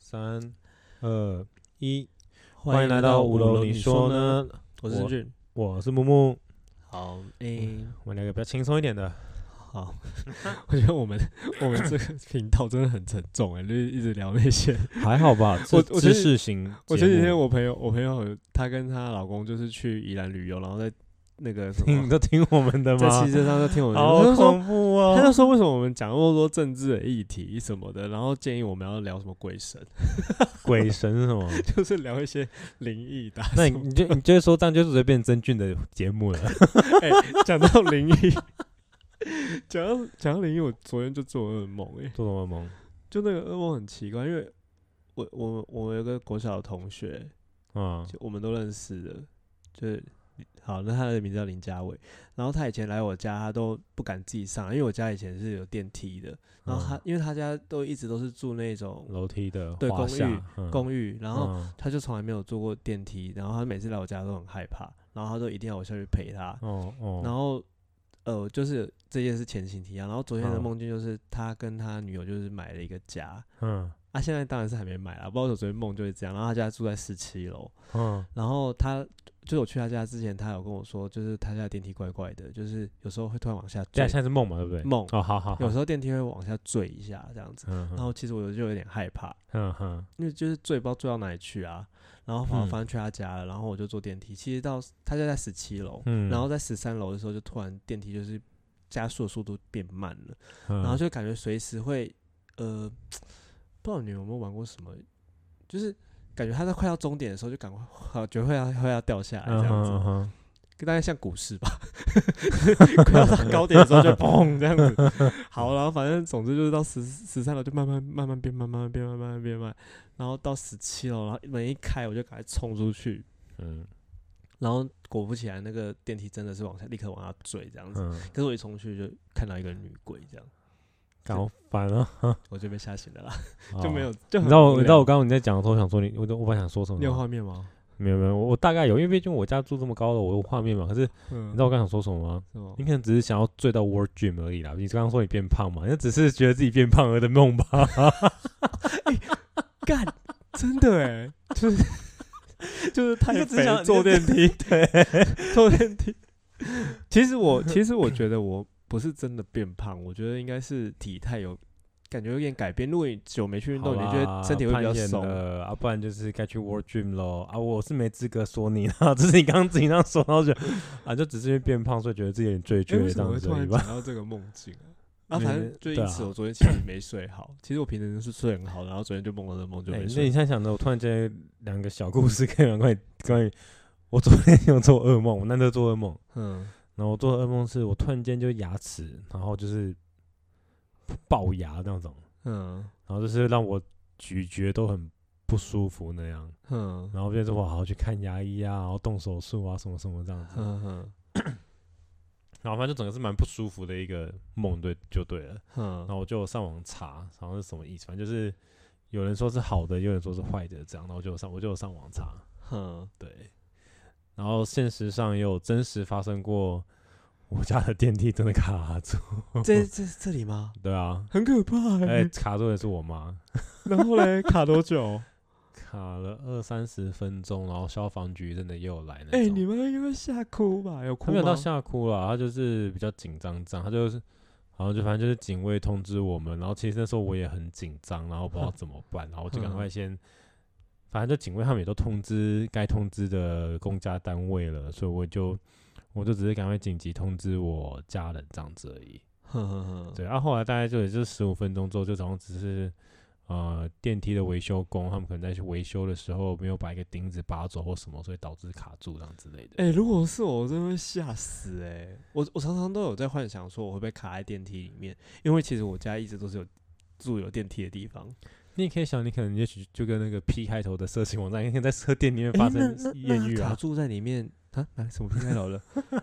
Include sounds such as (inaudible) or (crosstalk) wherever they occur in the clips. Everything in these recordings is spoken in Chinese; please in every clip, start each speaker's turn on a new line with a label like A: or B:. A: 三二一，
B: 欢
A: 欢迎来到五楼，你
B: 你
A: 说？呢？
B: 我是俊。
A: 我是木木，
B: 好，诶、
A: 我们聊个比较轻松一点的。
B: 好， (laughs) 我觉得我们 (laughs) 我们这个频道真的很沉重哎、就是一直聊那
A: (laughs)
B: 些。
A: 还好吧，
B: 我
A: 知
B: 我
A: 知
B: 前
A: 识型。
B: 我前几天我朋友，我朋友她跟她老公就是去宜兰旅游，然后在那个什
A: 听
B: 么，
A: 都听我们的
B: 在
A: 吗
B: 汽？车上就听我们
A: 好
B: 他就说。
A: 恐怖哦！
B: 他就说：“为什么我们讲那么多政治的议题什么的，然后建议我们要聊什么鬼神， (laughs)
A: 鬼神是什么？
B: 就是聊一些灵异的啊什么
A: (laughs)
B: 的。
A: 那你你就你就说，这样就是随便真菌的节目了。
B: 哎、讲到灵异， (laughs) 讲到讲到灵异，我昨天就做噩梦，
A: (laughs)
B: 哎，
A: 做什么梦？
B: 就那个噩梦很奇怪，因为我我我有个国小的同学，
A: 嗯
B: 就我们都认识的，就是好，那他的名字叫林家伟，然后他以前来我家，他都不敢自己上来，因为我家以前是有电梯的，然后他、
A: 嗯
B: 因为他家都一直都是住那种
A: 楼梯的
B: 对
A: 华
B: 公
A: 夏
B: 寓，
A: 嗯
B: 公寓，然后
A: 嗯
B: 他就从来没有坐过电梯，然后他每次来我家都很害怕，然后他都一定要我下去陪他，
A: 哦哦，
B: 然后呃，就是这件事前情提要。然后昨天的
A: 嗯
B: 梦境就是他跟他女友就是买了一个家，
A: 嗯
B: 啊，现在当然是还没买啦，不知道为什么昨天梦就是这样。然后他家住在十七楼，
A: 嗯
B: 然后他就是我去他家之前，他有跟我说，就是他家电梯怪怪的，就是有时候会突然往下
A: 对
B: 坠
A: 啊，，现在是梦嘛，对不对？
B: 梦
A: 哦，好好，好
B: 有时候电梯会往下坠一下这样子。
A: 嗯
B: 然
A: 嗯
B: 后其实我就有点害怕，
A: 嗯嗯
B: 因为就是坠不知道坠到哪里去啊。然后反
A: 嗯
B: 正反正去他家了，然后我就坐电梯，其实到他家在十七楼，
A: 嗯，
B: 然后在十三楼的时候，就突然电梯就是加速的速度变慢了，
A: 嗯
B: 然后就感觉随时会呃，不知道你们有没有玩过什么，就是感觉它在快要终点的时候就赶快好，就会要会要掉下来这样子，
A: 嗯哼
B: 大概像股市吧， (laughs) 快要到高点的时候就砰这样子。好，然后反正总之就是到十十三楼就慢慢慢慢变慢慢变慢慢变慢，然后到十七楼，然后门一开我就赶快冲出去，
A: 嗯
B: 然后果不其然那个电梯真的是往下立刻往下坠这样子。
A: 嗯，
B: 可是我一冲去就看到一个女鬼，这样
A: (laughs) 感好烦啊，
B: 我就被吓醒了啦，就没有。就
A: 哦你
B: 很
A: 知道我，
B: 无
A: 你知道我
B: 聊
A: 刚刚你在讲的时候，想说你，我都我本来想说什么
B: 你有
A: 吗？
B: 画面吗？
A: 没有没有，我我大概有，因为毕竟我家住这么高的，我有画面嘛。可是你
B: 嗯
A: 知道我刚想说什么吗？
B: 什么
A: 你？可能只是想要醉到 World Gym 而已啦。你刚刚说你变胖嘛，那只是觉得自己变胖了的梦吧？
B: 干，真的哎，就是 (laughs) 就是太
A: 你就只
B: 肥
A: 想
B: 坐
A: 你就 (laughs)
B: 电梯，对，坐电梯。其实
A: (laughs)
B: 我其实我觉得我不是真的变胖，我觉得应该是体态有感觉有点改变。如果你久没 (laughs) 去运动，你就觉得身体会比较
A: 松
B: 松。
A: 了啊，不然就是该去 World Gym 咯。啊。我是没资格说你啦， (laughs) 只是你刚刚自己那样说，然后就啊，就只是因为变胖，所以觉得自己有点醉
B: 哎，
A: 醉
B: 为
A: 这
B: 什么
A: 样
B: 会
A: 子
B: 突
A: 而已
B: 然
A: 吧。
B: 讲到这个梦境
A: (laughs)
B: 啊？啊，
A: 嗯
B: 反正就
A: 对
B: 因
A: 啊
B: 此我昨天其实没睡好。其实我平时是睡很好，然后昨天就梦到这梦就
A: 哎
B: 没
A: 那你
B: 睡。
A: 现在想的，我突然间有两个小故事 (laughs) 可以讲关于关于我昨天有做噩梦，我难得做噩梦，
B: 嗯，
A: 然后我做的噩梦是我突然间就牙齿，然后就是龅牙那种，
B: 嗯
A: 然后就是让我咀嚼都很不舒服那样，
B: 嗯
A: 然后变成我好好去看牙医啊，然后动手术啊什么什么这样子，
B: 嗯
A: 然后反正就整个是蛮不舒服的一个梦，对，就对了。
B: 嗯
A: 然后我就上网查，好像是什么意思，反正就是有人说是好的，有人说是坏的，这样，然后我就有上我就有上网查，
B: 嗯，
A: 对，然后现实上也有真实发生过，我家的电梯真的卡住， (laughs)
B: 这这这里吗？
A: 对啊，
B: 很可怕
A: 哎、
B: 欸。
A: 卡住的是我妈，
B: (laughs) 然后嘞，卡多 (laughs) 久？
A: 卡了二三十分钟，然后消防局真的又来那
B: 哎，
A: 种，
B: 你们应该吓哭吧？有
A: 他
B: 哭
A: 没有
B: 吗
A: 到？吓哭了，他就是比较紧张这样，他就是，然后就反正就是警卫通知我们，然后其实那时候我也很紧张，然后不知
B: (laughs)
A: 道怎么办，然后我就
B: 嗯
A: 赶快先，反正就警卫他们也都通知该通知的公家单位了，所以我就我就只是赶快紧急通知我家人这样子而已。
B: 哼哼哼
A: 对，然、啊后后来大概就也就十五分钟之后，就好像只是呃电梯的维修工，他们可能在去维修的时候没有把一个钉子拔走或什么，所以导致卡住这样之类的。
B: 哎，如果是我，我真的会吓死哎！我我常常都有在幻想说我会被卡在电梯里面，因为其实我家一直都是有住有电梯的地方。
A: 你也可以想，你可能也许就跟那个 P 开头的色情网站，你可以在车店里面
B: 哎，
A: 发
B: 那
A: 生
B: 那
A: 艳遇
B: 那卡
A: 啊。
B: 住在里面啊？啊什么平
A: (laughs)
B: 台老了？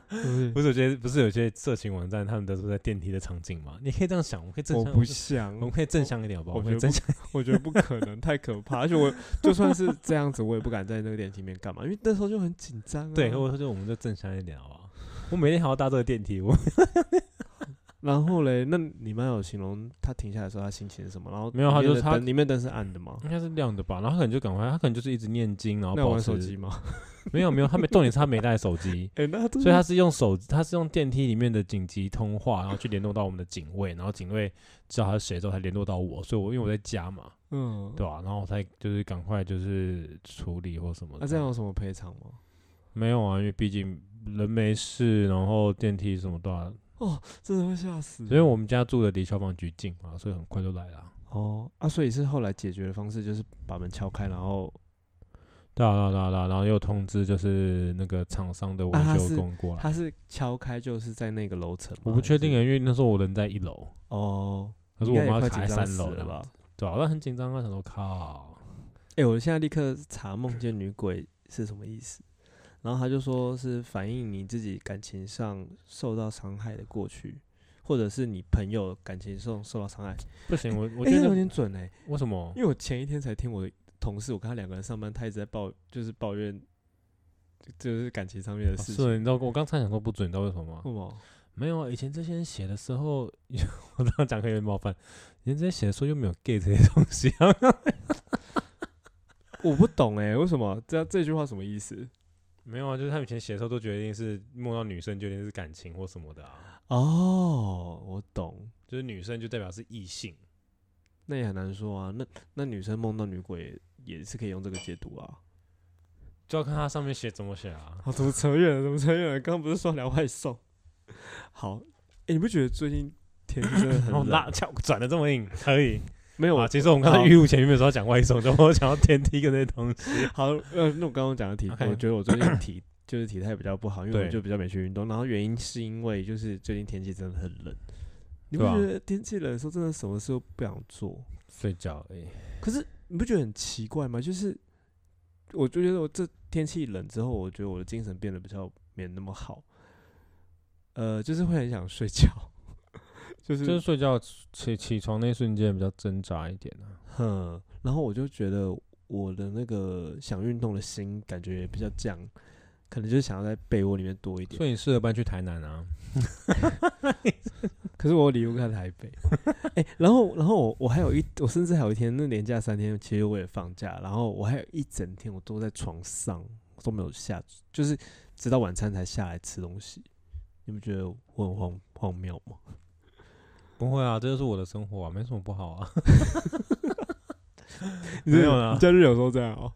B: 是
A: 不
B: 不
A: 是有些不是有些色情网站，他们都是在电梯的场景嘛？你可以这样想，我们可以
B: 是
A: 正
B: (laughs) 我
A: 向，
B: 不
A: 我
B: 想，
A: 们可以正向一点好不好？
B: 我
A: 我们可以
B: 觉得
A: 正向，
B: (laughs) 我觉得不可能，太可怕。而且我就算是这样子，我也不敢在那个电梯里面干嘛，因为那时候就很紧张、啊。
A: 对，或者说就我们就正向一点好不好？我每天还要搭这个电梯，我
B: 然后嘞，那你们有形容他停下来的时候他心情是什么？然后
A: 没有
B: 里
A: 他
B: 面
A: 就
B: 的
A: 是他
B: 灯里面灯是暗的吗？
A: 应该是亮的吧？然后他可能就赶快，他可能就是一直念经，然后
B: 那有
A: 保
B: 玩
A: 持
B: 手机吗？，
A: (laughs) 没有没有，他没重点是他没带手机 (laughs)
B: 哎、那所
A: 所以他是用手，他是用电梯里面的紧急通话，然后去联络到我们的警卫，然后警卫知道他是谁之后才联络到我，所以我因为我在家嘛，
B: 嗯，
A: 对吧、啊然后我才就是赶快就是处理或什么的。
B: 那、啊这样有什么赔偿吗？
A: 没有啊，因为毕竟人没事，然后电梯什么都、啊，
B: 哦，真的会吓死。
A: 所以我们家住的离消防局近嘛，所以很快就来了。
B: 哦啊，所以是后来解决的方式就是把门敲开，然后
A: 对啊，对啊，对啊，对啊然后又通知就是那个厂商的
B: 啊他
A: 维
B: 是
A: 修工过来。
B: 他是敲开就是在那个楼层吗，
A: 我不确定啊，
B: 还是
A: 因为那时候我人在一楼，
B: 哦，
A: 可是
B: 应
A: 我
B: 该也
A: 妈
B: 快
A: 卡在
B: 紧张
A: 三
B: 死
A: 楼
B: 了吧？？
A: 对啊，我很紧张啊，想说靠，
B: 哎、我现在立刻查梦见女鬼是什么意思，然后他就说是反映你自己感情上受到伤害的过去，或者是你朋友感情上受到伤害。
A: 不行，我我
B: (laughs) 哎
A: 觉
B: 那有
A: 得
B: 点准哎、
A: 为什么
B: 因？为我前一天才听我的同事，我跟他两个人上班，他一直在抱，就是抱怨，就就是感情上面的
A: 哦
B: 事
A: 是
B: 情。
A: 哦，你知道我刚才想说不准，你知道为什么吗？
B: 为什么？
A: 没有啊，以前这些人写的时候，我这样讲可能有点冒犯，以前这些写的时候又没有 gay 这些东西啊。 (laughs)
B: 我不懂哎、为什么这这句话什么意思？
A: 没有啊，就是他们以前写的时候都决定是梦到女生，决定是感情或什么的啊，
B: 哦，我懂。
A: 就是女生就代表是异性。
B: 那也很难说啊。那那女生梦到女鬼也是可以用这个解读啊。
A: 就要看它上面写怎么写
B: (laughs)
A: 啊。
B: 啊，怎么扯远了？怎么扯远了？刚刚不是说聊外送？好，哎、你不觉得最近天气真的很
A: 然后
B: 冷？
A: (laughs) 拉翘转的这么硬，可以。
B: 没有
A: 啊，，其实我们刚才
B: 好
A: 预录前面的时候讲外送，然后我讲到电梯跟那些东西。
B: 好，呃，那我刚刚讲的体，
A: OK
B: 我觉得我最近体就是体态比较不好，因为我
A: 对
B: 就比较没去运动。然后原因是因为就是最近天气真的很冷，你不
A: 对啊
B: 觉得天气冷的时候真的什么事都不想做？
A: 睡觉而已。
B: 可是你不觉得很奇怪吗？就是我就觉得我这天气冷之后，我觉得我的精神变得比较没那么好，呃，就是会很想睡觉， (laughs) 就是
A: 就是睡觉起起床那瞬间比较挣扎一点啊。
B: 哼，然后我就觉得我的那个想运动的心感觉也比较降，可能就是想要在被窝里面多一点。
A: 所以你适合搬去台南啊。
B: 可是我离不开台北， (laughs) 哎、然后然后我我还有一，我甚至还有一天，那连假三天，其实我也放假，然后我还有一整天我都在床上都没有下，就是直到晚餐才下来吃东西。你们觉得我很荒荒谬吗？ (laughs)
A: 不会啊，这就是我的生活啊，没什么不好啊。
B: 你
A: 没
B: 这
A: 有啦
B: 你假日有时候这样哦、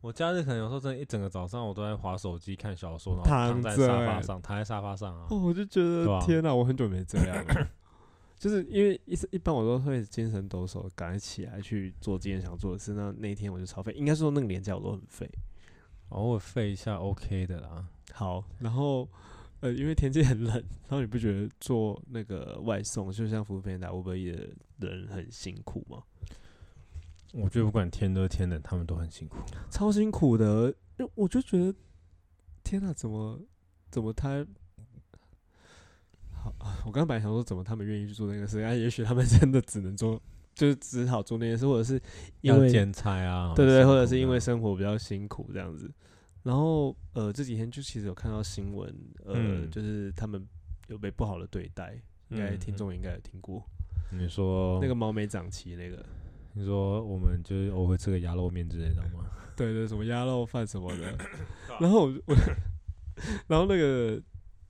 A: 我假日可能有时候真的一整个早上我都在划手机、看小说，然后躺
B: 躺
A: 在沙发
B: 着欸
A: 上，躺在沙发上啊。
B: (laughs) 哦，我就觉
A: 对
B: 得
A: 啊
B: 天哪、我很久没这样了。 (coughs) 就是因为一一般我都会精神抖擞，赶快起来去做今天想做的事。那那一天我就超废，应该说那个连假我都很废。
A: 偶尔废一下 OK 的啦。
B: 好，然后呃，因为天气很冷，然后你不觉得做那个外送，就像服务平台 Uber E 的人很辛苦吗？
A: 我觉得不管天热天冷，他们都很辛苦。
B: 超辛苦的，因为我就觉得天哪、怎么怎么他。好，啊我刚刚本来想说，怎么他们愿意去做那个事？啊，也许他们真的只能做，就是只好做那件事，或者是因
A: 要
B: 为
A: 兼差啊，
B: 对
A: 很
B: 对对，
A: 辛苦
B: 或者是因为
A: 的
B: 生活比较辛苦这样子。然后呃，这几天就其实有看到新闻，呃，
A: 嗯
B: 就是他们有被不好的对待，应该
A: 嗯哦
B: 听众应该有听过、
A: 你说
B: 那个毛没长齐那个，
A: 你说我们就是偶尔会吃个鸭肉面之类的吗？
B: 对对，什么鸭肉饭什么的。
A: 嗯
B: (laughs) 然后我就我，然后那个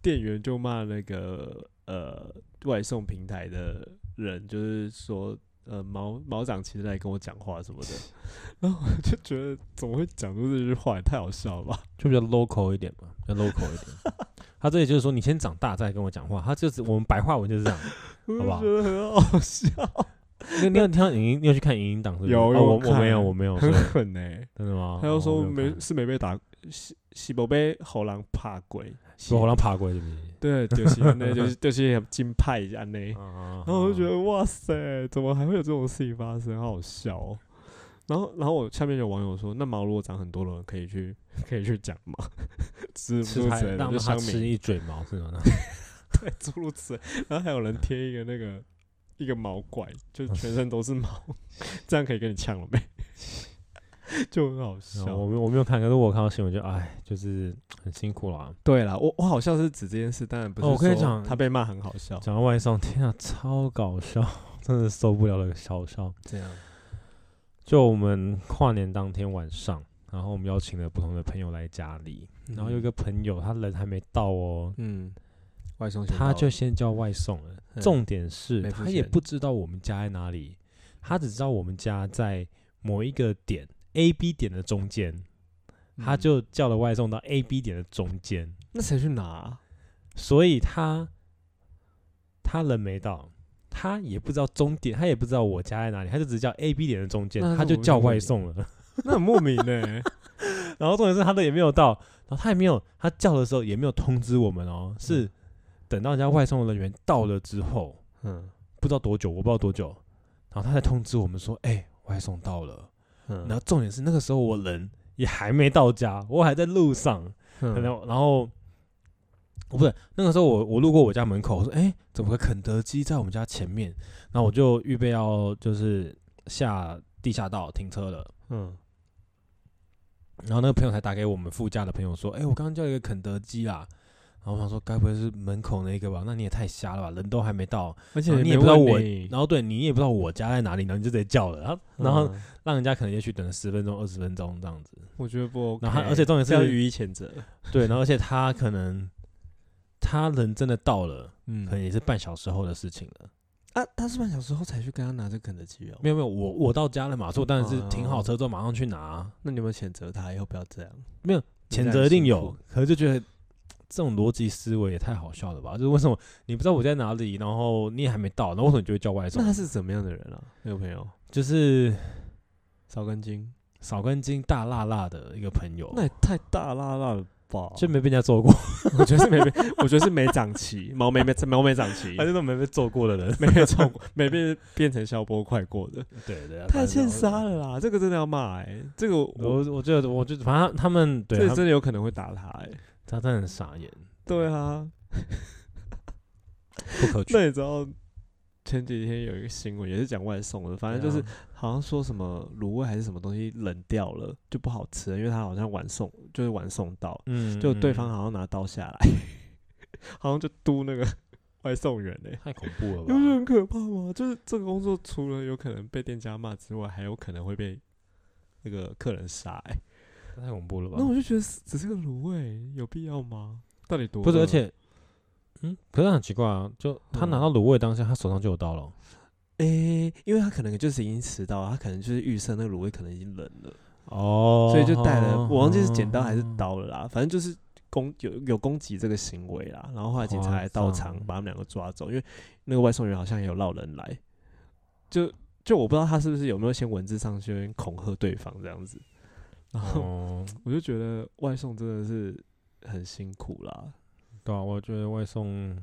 B: 店员就骂那个呃外送平台的人，就是说呃毛毛长其实来跟我讲
A: (laughs)
B: 话什么的，然后我就觉得怎么会讲出这句话，也太好笑了吧。
A: 就比较 local 一点嘛，比较 local 一点。他这里就是说，你先长大再跟我讲话。他就是我们白话文就是这样。
B: 我
A: 好
B: 就
A: 不好
B: 觉得很好笑，
A: 你你有听到影音，你有去看影音档是不是？
B: 有
A: 哦
B: 有
A: 我我
B: 看
A: 没有，我没有。所
B: 很
A: 以
B: 狠呢、欸
A: 真的吗？
B: 他又说
A: 哦我没有
B: 没
A: 看
B: 是没被打，是是没被猴狼怕鬼，
A: 我好像爬过，是不是？
B: 对，就是那 (laughs) 就是就是金派一下呢。
A: 然
B: 然后我就觉得哇塞，怎么还会有这种事情发生？好好笑哦。然后，然后我下面有网友说，那毛如果长很多了，可以去可以去讲 (laughs) 嘛，吃
A: 吃它，
B: 然
A: 让
B: 就
A: 他
B: 香
A: 吃
B: 米，
A: 一嘴毛是吗？
B: 对，诸如此类。然后还有人贴一个那个 (laughs) 一个毛怪，就全身都是毛，这样可以跟你呛了没？ (laughs) 就很好
A: 然后
B: 笑。
A: 我没有我没有看，可是我看到新闻就哎，就是很辛苦啦。
B: 对啦，我我好像是指这件事，当然不是。
A: 哦我跟你讲
B: 他被骂很好笑，
A: 讲到外送，天啊，超搞笑， (laughs) 真的受不了了，小笑。
B: 这样
A: 就我们跨年当天晚上，然后我们邀请了不同的朋友来家里，然后有一个朋友他人还没到哦，
B: 嗯，外送先
A: 他
B: 到
A: 就
B: 了
A: 先叫外送了。
B: 嗯
A: 重点是
B: 没付
A: 他也
B: 钱
A: 不知道我们家在哪里，他只知道我们家在某一个点 A、B 点的中间，他
B: 嗯
A: 就叫了外送到 A、B 点的中间，
B: 那谁去拿啊？
A: 所以他他人没到。他也不知道终点，他也不知道我家在哪里，他就只叫 A、B 点的中间
B: 那，
A: 他
B: 他
A: 就
B: 怎么
A: 叫
B: 会
A: 外
B: 问
A: 送了。
B: (laughs) 那很莫名呢。
A: (laughs) 然后重点是他的也没有到，然后他也没有，他叫的时候也没有通知我们哦，是等到人家外送的人员到了之后，
B: 嗯
A: 不知道多久，我不知道多久，然后他才通知我们说，哎、外送到了。
B: 嗯，
A: 然后重点是那个时候我人也还没到家，我还在路上，
B: 嗯
A: 然后然后。我不是那个时候我，我路过我家门口，我说：“哎、怎么个肯德基在我们家前面？”然后我就预备要就是下地下道停车了，
B: 嗯
A: 然后那个朋友才打给我们副驾的朋友说：“哎、我刚刚叫一个肯德基啦。”然后我想说，该不会是门口那个吧？那你也太瞎了吧，人都还没到，
B: 而
A: 然
B: 且
A: 后你
B: 没
A: 也不知道
B: 问
A: 我
B: 你，
A: 然后对你也不知道我家在哪里，然后你就直接叫了，然后然后
B: 嗯
A: 让人家可能也许等了十分钟、二十分钟这样子。
B: 我觉得不 OK，
A: 然后他而且重点
B: 这样
A: 是
B: 予以谴责。
A: 对，然后而且他可能他人真的到了，
B: 嗯
A: 可能也是半小时后的事情了。
B: 啊，他是半小时后才去跟他拿这肯德基哦。
A: 没有没有，我我到家了嘛，所以我当然是停好
B: 哦
A: 车之后马上去拿啊、
B: 那你有没有谴责他以后不要这样？
A: 没有
B: 人
A: 谴
B: 家
A: 责一
B: 很
A: 定
B: 辛
A: 有
B: 苦，
A: 可是就觉得这种逻辑思维也太好笑了吧？就是为什么你不知道我在哪里，然后你也还没到，然后为什么你就会叫外送
B: 那？他是怎么样的人啊？那个朋友，
A: 就是
B: 少根筋，
A: 少根筋、大辣辣的一个朋友，
B: 那也太大辣辣了吧？
A: 就没被人家揍过，
B: (laughs) 我觉得是没被，我觉得是没长 (laughs) 齐，毛没没毛没长齐
A: 还，是都没被揍过的人。
B: 没被冲过，没被变成消波快过的，
A: 对对，
B: 太
A: 反正
B: 欠杀了啦！这个真的要骂哎、这个我
A: 我。我我觉得，我就反正他们
B: 这
A: 对
B: 个
A: 他
B: 真的有可能会打他哎、
A: 他真的很傻眼，
B: 对啊，
A: 不可取。
B: 那你知道前几天有一个新闻也是讲外送的， (laughs) 反正就是
A: 对啊
B: 好像说什么卤味还是什么东西冷掉了就不好吃了，因为他好像晚送就是晚送到，
A: 嗯，
B: 就对
A: 嗯
B: 方好像拿刀下来， (laughs) 好像就嘟那个 (laughs) 外送员哎、
A: 太恐怖了
B: 你不觉得
A: 吧？
B: 很可怕吗？就是这个工作除了有可能被店家骂之外，还有可能会被那个客人杀、欸。
A: 太恐怖了吧
B: 那？我就觉得是只是个卤味，有必要吗？到底多
A: 不是，
B: 饿
A: 而且。嗯，可是很奇怪啊，就他拿
B: 嗯
A: 到卤味当下，他手上就有刀了。
B: 诶、因为他可能就是已经迟到了，他可能就是预设那个卤味可能已经冷了，
A: 哦，
B: 所以就带了，我忘记是剪刀还是刀了啦，反正就是攻有有攻击这个行为啦。然后后来警察来到场
A: 夸张
B: 把他们两个抓走，因为那个外送员好像也有闹人来，就就我不知道他是不是有没有先文字上先恐吓对方这样子，然后
A: 哦，
B: 我就觉得外送真的是很辛苦啦。
A: 对啊，我觉得外送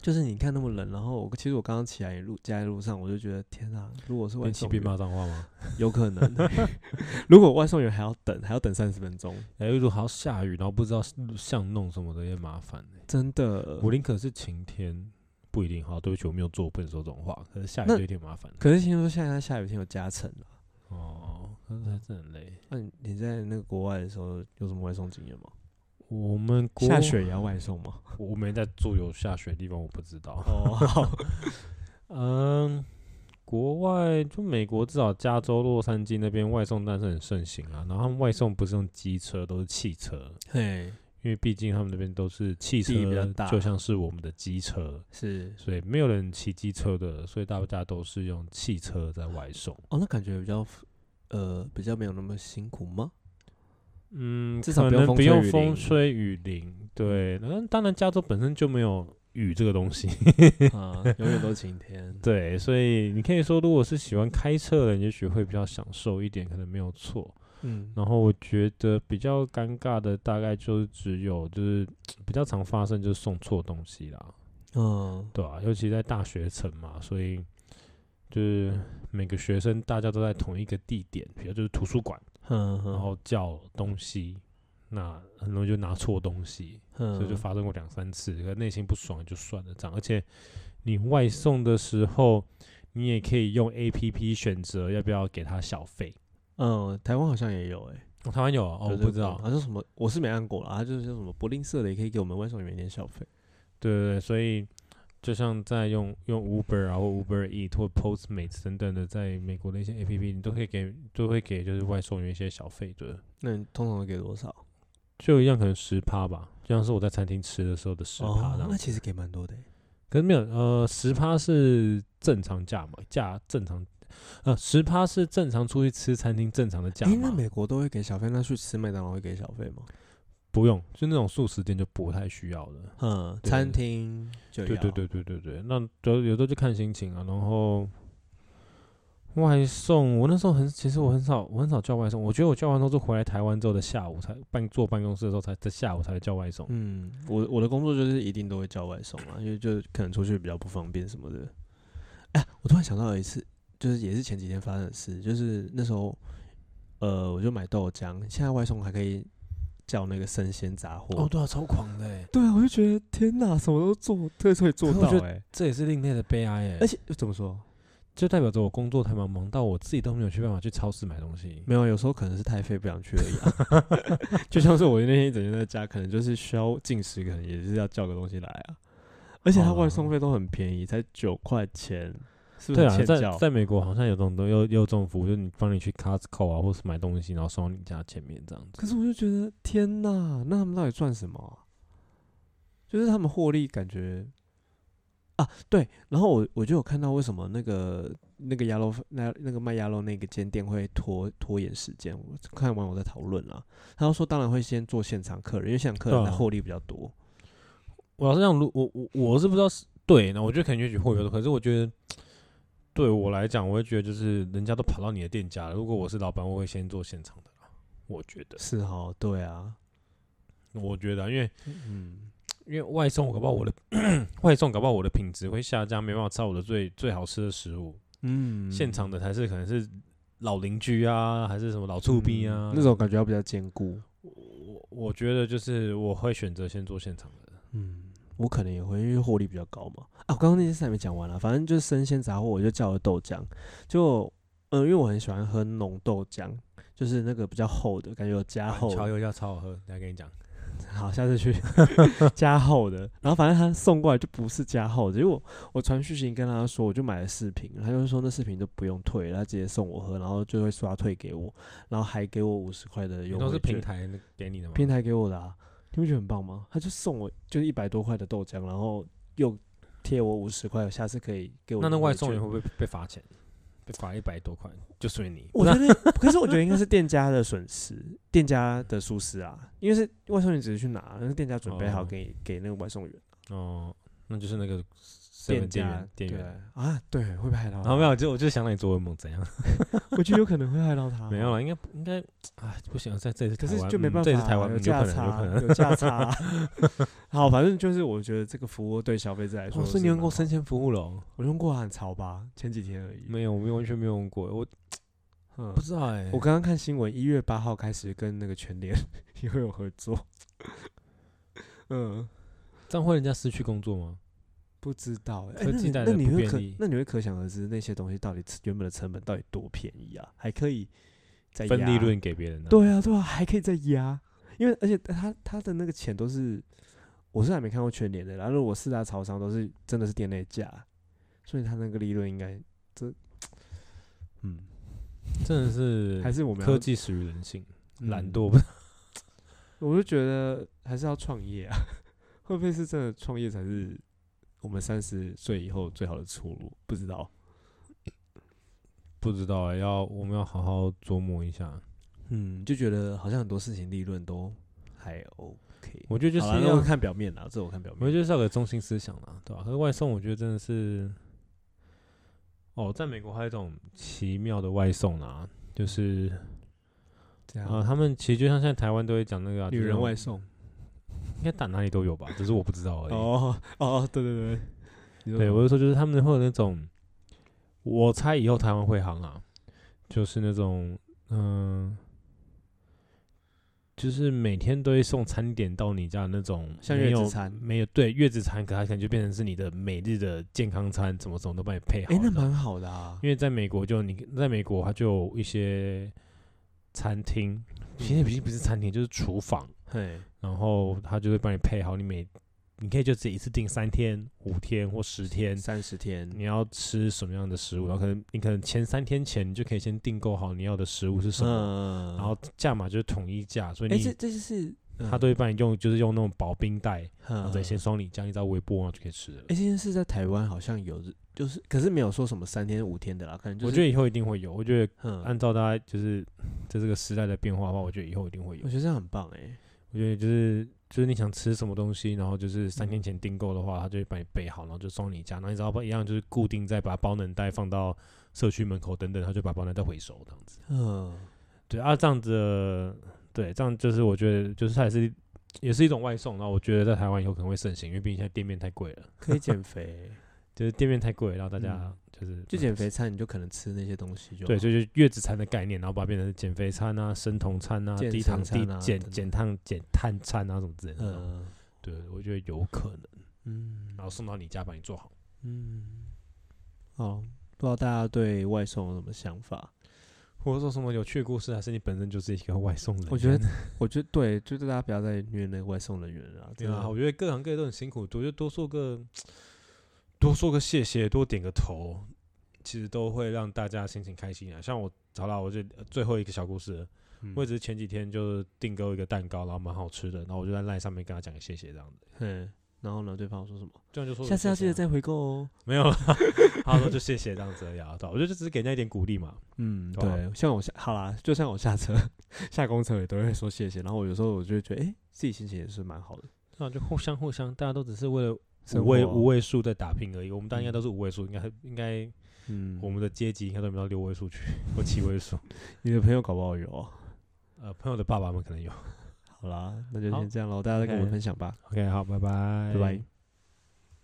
B: 就是你看那么冷，然后我其实我刚刚起来路家在路上，我就觉得天啊，如果是外
A: 边骑
B: 送
A: 边
B: 员，
A: 骂脏话吗？
B: 有可 (laughs) 能。如果外送员还要等，还要等三十分钟，
A: 哎，如果还要下雨，然后不知道巷弄什么的也麻烦欸。
B: 真的。
A: 我宁可是晴天，不一定好。对不起，我没有做，我不能说这种话。可是下雨
B: 那
A: 就有点麻烦
B: 可是听说现在下雨天有加成了，
A: 哦，可是还是很累。
B: 那你你在那个国外的时候有什么外送经验吗？
A: 我们国
B: 下，雪也要外送吗？
A: 我没在住有下雪的地方，我不知道。
B: (laughs) 哦，好
A: 嗯，国外就美国至少加州洛杉矶那边外送但是很盛行啊，然后他们外送不是用机车，都是汽车。
B: (laughs) 嘿，
A: 因为毕竟他们那边都是汽车
B: 地比较大
A: 就像是我们的机车，
B: 是
A: 所以没有人骑机车的，所以大家都是用汽车在外送。
B: 哦，那感觉比较呃比较没有那么辛苦吗？
A: 嗯，
B: 至少
A: 可
B: 不用
A: 能不用
B: 风吹雨
A: 风
B: 淋嗯
A: 吹雨淋。对，那当然加州本身就没有雨这个东西， (laughs)
B: 啊，永远都晴 (laughs) 天。
A: 对，所以你可以说，如果是喜欢开车的人，也许会比较享受一点，可能没有错。
B: 嗯，
A: 然后我觉得比较尴尬的大概就是只有就是比较常发生就是送错东西啦。
B: 嗯，
A: 对啊，尤其在大学城嘛，所以就是每个学生大家都在同一个地点，比如就是图书馆，
B: 嗯，
A: 然后叫东西，那很容易就拿错东西，所
B: 所
A: 以就发生过两三次，可内心不爽也就算了这样。而且你外送的时候，你也可以用 A P P 选择要不要给他小费，
B: 嗯，台湾好像也有哎、
A: 哦台湾有啊哦，我
B: 就是嗯
A: 不知道。
B: 好像什么，我是没按过啦，它就是说什么不吝啬的也可以给我们外送员一点小费。
A: 对对对，所以就像在用用 Uber 啊或 Uber Eat 或 Postmates 等等的，在美国的一些 A P P，你都可以给都会给就是外送员一些小费的，
B: 那你通常会给多少？
A: 就一样可能十趴吧，就像是我在餐厅吃的时候的十趴这样
B: 哦那。其实给蛮多的、欸。
A: 可是没有，呃，十趴是正常价嘛，价正常，呃，十趴是正常出去吃餐厅正常的价
B: 哎、那
A: 嘛，
B: 美国都会给小费，那去吃麦当劳会给小费吗？
A: 不用，就那种素食店就不太需要了。
B: 嗯，
A: 对
B: 餐厅就
A: 对对
B: 要，
A: 对对对对，那主有时候就看心情啊。然后外送，我那时候很，其实我很少，我很少叫外送。我觉得我叫完都是回来台湾之后的下午才办坐办公室的时候才，在下午才会叫外送。
B: 嗯，我我的工作就是一定都会叫外送啊，因为就可能出去比较不方便什么的。哎、我突然想到有一次，就是也是前几天发生的事，就是那时候，呃，我就买豆浆，现在外送还可以叫那个生鲜杂货。
A: 对啊，超狂的、欸，
B: 哦对啊，我就觉得天哪，什么都做，特可以做
A: 可
B: 到
A: 我觉
B: 哎、
A: 这也是另类的悲哀哎、
B: 而且怎么说？
A: 就代表着我工作太忙，忙到我自己都没有去办法去超市买东西。
B: 没有，有时候可能是太废不想去而已、啊。 (laughs) 就像是我那天一整天在家，可能就是需要进食，可能也是要叫个东西来啊。而且它
A: 好啦
B: 外送费都很便宜，才九块钱，是不
A: 对
B: 是
A: 啊，
B: 很欠
A: 在
B: 叫？
A: 在美国好像有这种东有有这种服务，就是你帮你去 Costco 啊，或是买东西，然后送到你家前面这样子。
B: 可是我就觉得天呐，那他们到底赚什么啊、就是他们获利感觉啊，对。然后我我就有看到为什么那个那个鸭肉那那个卖鸭肉那个间店会拖拖延时间。我看网友在讨论啦，他就说当然会先做现场客人，因为现场客人
A: 对啊
B: 他获利比较多。
A: 我老实讲，如我我我是不知道是对，那我觉得肯定也许会有的，可是我觉得对我来讲，我会觉得就是人家都跑到你的店家了，如果我是老板，我会先做现场的啦。我觉得，
B: 是哦，对啊，
A: 我觉得啊、因为
B: 嗯，
A: 因为外送，搞不好我的 (clears throat) 外送，搞不好我的品质会下降，没办法吃到我的最最好吃的食物。
B: 嗯
A: 现场的才是可能是老邻居啊，还是什么老醋逼啊、
B: 嗯那种感觉要比较坚固。
A: 我我觉得就是我会选择先做现场的。
B: 嗯，我可能也会，因为获利比较高嘛。啊，我刚刚那件事还没讲完啦，反正就是生鲜杂货，我就叫了豆浆，就嗯，因为我很喜欢喝浓豆浆，就是那个比较厚的，感觉有加厚
A: 乔
B: 的，
A: 油要超好喝，等一下跟你讲。
B: 好，下
A: (laughs)
B: 次去加厚的。然后反正他送过来就不是加厚的，因为我我传讯息跟他说，我就买了四瓶，他就说那四瓶都不用退了，他直接送我喝，然后就会刷退给我，然后还给我五十块的
A: 你
B: 优惠
A: 都是
B: 券
A: 平台那给你的吗？
B: 平台给我的啊，你不觉得很棒吗？他就送我就是一百多块的豆浆，然后又贴我五十块，下次可以给我
A: 那那
B: 优惠
A: 外送员
B: 券
A: 会不会被罚钱？被罚一百多块，就随你。
B: 我觉
A: (laughs)
B: 得，可是我觉得应该是店家的损失，店家的疏失啊，因为是外送员只是去拿，那是店家准备好
A: 哦
B: 给、给那个外送员，
A: 哦，那就是那个 7-Eleven
B: 店
A: 店
B: 家
A: 员店员。
B: 对啊，对，会不会害到
A: 然
B: 他？
A: 后没有，就我就想让你做噩梦怎样？，
B: 我觉得有可能会害到他
A: 没有。了，应该应该，哎，不行，在这里是
B: 哦可
A: 台
B: 是
A: 湾，
B: 就没
A: 嗯
B: 办法、
A: 这
B: 啊，
A: 里是台湾，嗯
B: 有
A: 有
B: 价
A: 可能，有
B: 差
A: 可，能。
B: 有价差
A: (laughs)
B: 啊、好，反正就是我觉得这个服务对消费者来说
A: 哦，
B: 是蛮好的，
A: 所以你用过生鲜服务了哦？
B: 我用过啊很潮吧，前几天而已。
A: 没有，我完全没有用过，我
B: 嗯
A: 不知道哎。
B: 我刚刚看新闻，一月八号开始跟那个全联 (laughs) 也会有合作。嗯，
A: 这样会人家失去工作吗？
B: 不知道欸、哎，
A: 科
B: 那
A: 技
B: 你
A: 带
B: 那
A: 来
B: 你
A: 不
B: 会
A: 便
B: 可
A: 利
B: 那你会可想而知那些东西到底原本的成本到底多便宜啊？还可以再
A: 分利
B: 压？
A: 润给别人啊？
B: 哎对啊，对啊，还可以再压，因为而且他他的那个钱都是，我是还没看过全联的啦，然后我四大超商都是真的是店内价，所以他那个利润应该这，嗯，
A: 真的是
B: 还是我们要
A: 科技始于人性，懒
B: 嗯
A: 惰不
B: 我就觉得还是要创业啊， (laughs) 会不会是真的创业才是我们三十岁以后最好的出路？不知道。
A: 不知道哎，要我们要好好琢磨一下。
B: 嗯，就觉得好像很多事情利润都还 OK。
A: 我觉得就是
B: 好啦那
A: 要
B: 我看表面啦，这我看表
A: 我觉
B: 面。
A: 得就是要有中心思想啦，对吧、可是外送，我觉得真的是，哦，在美国还有一种奇妙的外送啦，就是
B: 这样
A: 呃，他们其实就像现在台湾都会讲那个啊、就
B: 女
A: 是那
B: 人
A: 种
B: 外，送。
A: 应该打哪里都有吧，只是我不知道而已。
B: 哦哦，对对对，啊你说
A: 对，
B: 什么
A: 我就说就是他们会有那种，我猜以后台湾会行啊，就是那种嗯、就是每天都会送餐点到你家的那种，
B: 像
A: 没
B: 月
A: 有
B: 子餐
A: 没有对月子餐，可它可能就变成是你的每日的健康餐，怎么怎么都帮你配好。
B: 哎，那蛮好的啊。
A: 因为在美国就你在美国，它就有一些餐厅，其实已经不是餐厅，就是厨房，
B: 嘿，
A: 然后他就会帮你配好，你每你可以就自己一次订三天、五天或十天，
B: 三十天，嗯
A: 你要吃什么样的食物，然后可能你可能前三天前你就可以先订购好你要的食物是什么，
B: 嗯
A: 然后价码就是统一价，所以
B: 哎，
A: 你、
B: 这这就是
A: 他都会帮你用，就是用那种薄冰袋，然后
B: 嗯
A: 再先双你酱一张微波，然后就可以吃了。
B: 哎，这件事在台湾好像有，就是可是没有说什么三天五天的啦，可能就是
A: 我觉得以后一定会有，我觉得
B: 嗯，
A: 按照大家就是在这个时代的变化的话，我觉得以后一定会有
B: 我。觉得这样很棒哎，
A: 我觉得就是就是你想吃什么东西，然后就是三
B: 嗯
A: 天前订购的话，他就会帮你备好，然后就送你家，然后你只要把一样就是固定再把包能袋放到社区门口等等，他就把包能袋回收这样子。
B: 嗯，
A: 对啊，这样子的对，这样就是我觉得就是它也是也是一种外送，然后我觉得在台湾以后可能会盛行，因为毕竟现在店面太贵了，
B: 可以减 (laughs) 肥，
A: 就是店面太贵了，然后大家
B: 嗯
A: 就是
B: 就减肥餐你就可能吃那些东西就
A: 对，
B: 好
A: 所以就月子餐的概念，然后把它变成减肥餐啊、生酮餐啊、
B: 健
A: 低
B: 身
A: 糖、低
B: 餐啊
A: 减
B: 等等
A: 减碳、减碳餐啊什么之类的那种。
B: 嗯
A: 对，我觉得有可能。
B: 嗯
A: 然后送到你家帮你做好。
B: 嗯，哦，不知道大家对外送有什么想法？
A: 或者说什么有趣的故事，还是你本身就是一个外送人员？
B: 我觉得， (laughs) 我觉得对，就是大家不要再虐那个外送人员了 (laughs) 啊，
A: 对
B: 真的
A: 啊，我觉得各行各业都很辛苦，我觉得多说个多说个谢谢，多点个头，其实都会让大家心情开心啊。像我，好啦，我就呃最后一个小故事了，
B: 嗯
A: 我也只是前几天就是订购一个蛋糕，然后蛮好吃的，然后我就在 line 上面跟他讲个谢谢这样子，
B: 嗯，然后呢，对方说什么？ (laughs)
A: 这样就说啊
B: 下次要记得
A: 再
B: 再回购哦。
A: 没有了，他说就谢谢这样子而已啊。对啊我觉得就只是给人家一点鼓励嘛。
B: 嗯，
A: 对啊
B: 对，像我下好啦，就像我下车 (laughs) 下公车也都会说谢谢，然后我有时候我就会觉得，哎、自己心情也是蛮好的。
A: 那就互相互相，大家都只是为了啊
B: 生
A: 五位
B: 活
A: 五位数在打拼而已。我们大家应该
B: 嗯
A: 都是五位数，应该应该
B: 嗯，
A: 我们的阶级应该都没到六位数去 (laughs) 或七位数。
B: 你的朋友搞不好有哦。
A: 呃，朋友的爸爸们可能有。
B: 好啦，那就
A: 好
B: 先这样喽，大家再跟我
A: OK
B: 们
A: 哎
B: 分享吧，
A: OK，好，拜拜，
B: 拜拜。